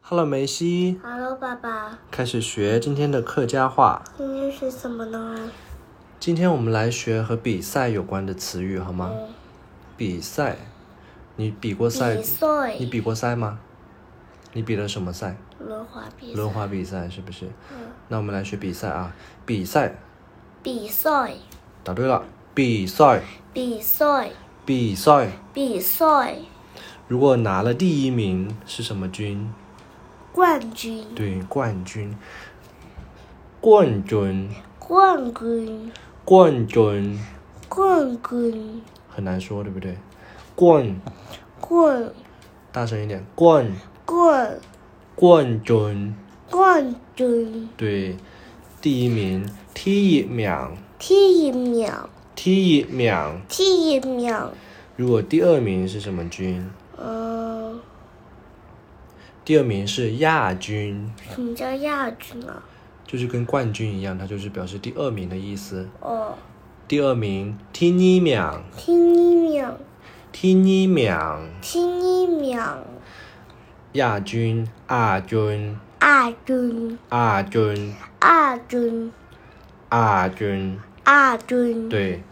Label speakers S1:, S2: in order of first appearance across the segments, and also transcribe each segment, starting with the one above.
S1: Hello，梅西，
S2: Hello，爸爸，
S1: 开始学今天的客家话。
S2: 今天是什么呢？
S1: 今天我们来学和比赛有关的词语，好吗？
S2: 嗯
S1: 比赛，你比过赛？
S2: 比赛
S1: 你比过赛吗？你比了什么赛？
S2: 轮滑比
S1: 轮
S2: 赛，嗯
S1: 滑比赛是不是？那我们来学比赛啊！比赛，
S2: 比赛，
S1: 答对了。比赛，
S2: 比赛，
S1: 比赛。
S2: 比赛，
S1: 如果拿了第一名是什么军？
S2: 冠军，
S1: 对，冠军。冠军，
S2: 冠军，
S1: 冠军，
S2: 冠军，
S1: 很难说，对不对？冠，
S2: 冠，
S1: 大声一点，冠。
S2: 冠，
S1: 冠军，
S2: 冠军，
S1: 对，第一名，第一名，
S2: 第一名，
S1: 第一名。
S2: 第一名，
S1: 如果第二名是什么军？
S2: 嗯，
S1: 第二名是亚军，
S2: 什么叫亚军啊？
S1: 就是跟冠军一样，它就是表示第二名的意思。
S2: 哦，
S1: 第二名，第一名，
S2: 第一名，
S1: 第一名，
S2: 第一名，
S1: 亚军，亚军，
S2: 亚军，
S1: 亚军，
S2: 亚军，
S1: 亚军。
S2: 亚军，
S1: 对，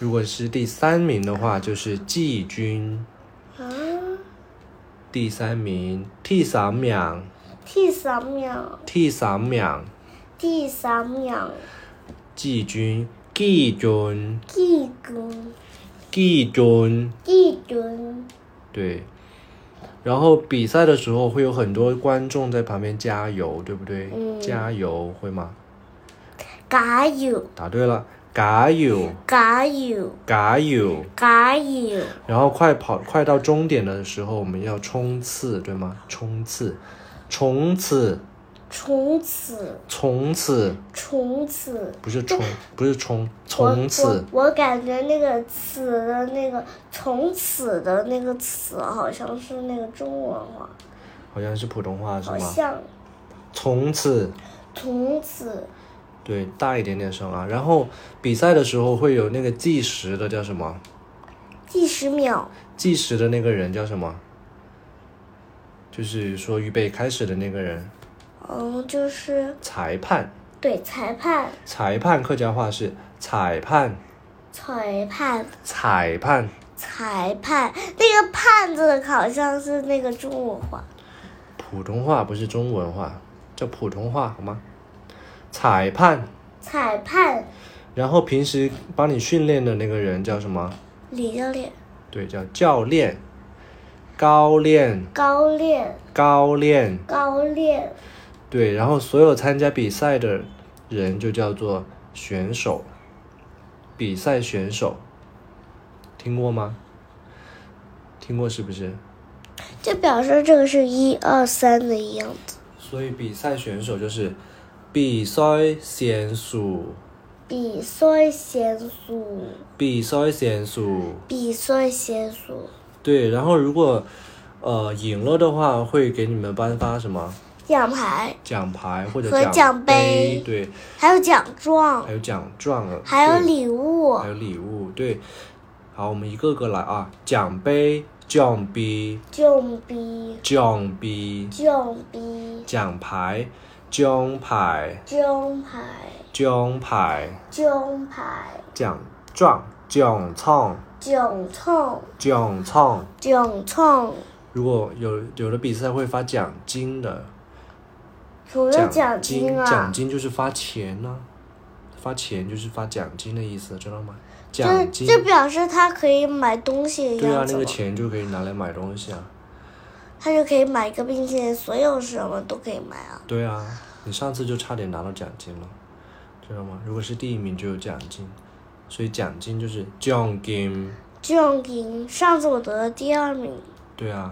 S1: 如果是第三名的话，就是季军。
S2: 啊。
S1: 第三名，第三名，
S2: 第三名，
S1: 第三名。
S2: 第三名，
S1: 季军、季军、
S2: 季军，
S1: 季军，
S2: 季军，
S1: 对。然后比赛的时候会有很多观众在旁边加油，对不对？
S2: 嗯
S1: 加油会吗？
S2: 加油，
S1: 答对了，加油，
S2: 加油，
S1: 加油！
S2: 加油，
S1: 然后快跑，快到终点的时候，我们要冲刺，对吗？冲刺，冲刺，
S2: 从此，
S1: 冲刺，
S2: 从此。
S1: 不是冲，不是冲，
S2: 我
S1: 冲刺，
S2: 我我感觉那个“此”的那个“从此”的那个“此”好像是那个中文话，
S1: 好像是普通话是
S2: 好
S1: 吗？
S2: 像
S1: 冲刺。
S2: 从此
S1: 对，大一点点声啊。然后比赛的时候会有那个计时的，叫什么？
S2: 计十秒，
S1: 计时的那个人叫什么？就是说预备开始的那个人，
S2: 嗯，就是
S1: 裁判。
S2: 对裁判，
S1: 裁判客家话是裁判，
S2: 裁判，
S1: 裁判。
S2: 裁判，那个“判”字好像是那个中文话。
S1: 普通话不是中文话，叫普通话好吗？裁判。
S2: 裁判
S1: 然后平时帮你训练的那个人叫什么？
S2: 李教练、
S1: 对，叫教练。高练，
S2: 高练、
S1: 高练。
S2: 高练、
S1: 对，然后所有参加比赛的人就叫做选手，比赛选手，听过吗？听过是不是？
S2: 就表示这个是一二三的样子。
S1: 所以比赛选手就是比赛选手，
S2: 比赛娴熟，
S1: 比赛选手。
S2: 比赛娴熟，
S1: 对，然后如果呃赢了的话，会给你们颁发什么
S2: 奖牌，
S1: 奖牌或者
S2: 和奖
S1: 杯
S2: 杯？
S1: 对，
S2: 还有奖状
S1: 还，有奖状啊，
S2: 还有
S1: 对
S2: 礼物
S1: 还，有礼物，对。好，我们一个个来啊，奖杯、奖杯、
S2: 奖杯、
S1: 奖杯、
S2: 奖杯、
S1: 奖牌、奖牌、
S2: 奖牌、
S1: 奖牌、
S2: 奖牌、
S1: 奖状、奖状、
S2: 奖状、
S1: 奖状。
S2: 奖状。
S1: 如果有有的比赛会发奖金的，
S2: 什么叫
S1: 奖
S2: 奖
S1: 金
S2: 金
S1: 奖
S2: 啊？
S1: 金就是发钱呢、发钱就是发奖金的意思，知道吗？
S2: 这
S1: 奖金
S2: 这表示他可以买东西的
S1: 对啊
S2: 样，子
S1: 那个
S2: 吗？
S1: 钱就可以拿来买东西啊。
S2: 他就可以买一个冰淇淋，所有什么都可以买啊。
S1: 对啊，你上次就差点拿到奖金了，知道吗？如果是第一名就有奖金，所以奖金就是奖金。
S2: 奖金，上次我得了第二名，
S1: 对啊，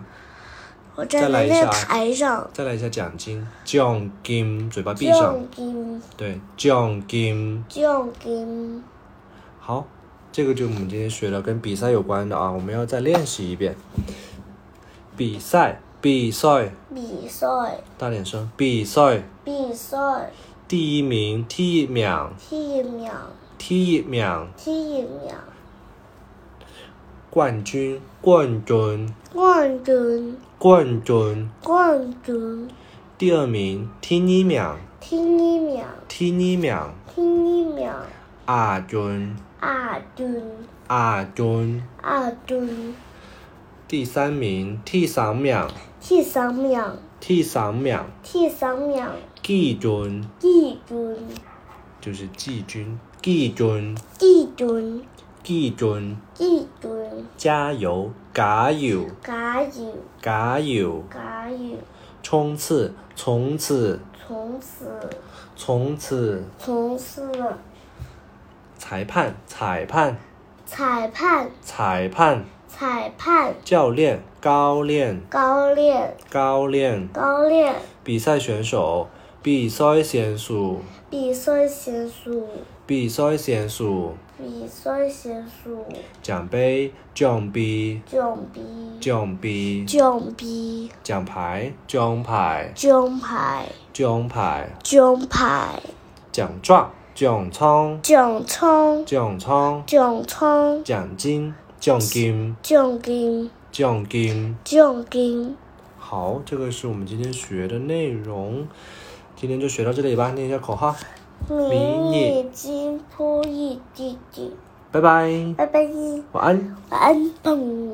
S2: 我
S1: 再
S2: 站
S1: 来
S2: 在
S1: 一
S2: 那
S1: 下
S2: 个台上，
S1: 再来一下奖金，奖金，嘴巴闭上。
S2: 奖金，
S1: 对，奖金。
S2: 奖金，
S1: 好，这个就我们今天学的跟比赛有关的啊，我们要再练习一遍。比赛，比赛，
S2: 比赛，
S1: 大点声，比赛。
S2: 比赛，
S1: 第一名，第一名，
S2: 第一名，
S1: 第一名，
S2: 第一名，
S1: 冠军，冠军，
S2: 冠军，
S1: 冠军，
S2: 冠军，
S1: 第二名第二名，
S2: 第一名，
S1: 第二名，
S2: 第一名，
S1: 亚军，
S2: 亚军，
S1: 亚军，
S2: 亚军，
S1: 第三名第三名，
S2: 第三名，
S1: 第三名，
S2: 第三名，
S1: 季军，
S2: 季军，
S1: 就是季军，季军，
S2: 季军，
S1: 季军，
S2: 季军，
S1: 加油，加油，
S2: 加油，
S1: 加油，
S2: 加油，
S1: 冲刺，冲刺，
S2: 从此，
S1: 冲刺，
S2: 从此，
S1: 裁判，裁判，
S2: 裁判，
S1: 裁判，
S2: 裁判，
S1: 教练，高练，
S2: 高练，
S1: 高练，
S2: 高练，
S1: 比赛选手，比赛选手，
S2: 比赛娴熟，
S1: 比赛选手，
S2: 比赛娴熟，
S1: 奖杯，奖杯，
S2: 奖杯，
S1: 奖杯，
S2: 奖杯，
S1: 奖牌，奖牌，
S2: 奖牌，
S1: 奖牌，
S2: 奖牌，
S1: 奖状，奖章，
S2: 奖章，
S1: 奖章，
S2: 奖章，
S1: 奖金，奖金，
S2: 奖金，
S1: 奖金。
S2: 奖金。
S1: 好，这个是我们今天学的内容，今天就学到这里吧。念一下口号，
S2: 迷你金铺一弟弟，
S1: 拜拜，
S2: 拜拜，
S1: 晚安。
S2: 晚安，砰。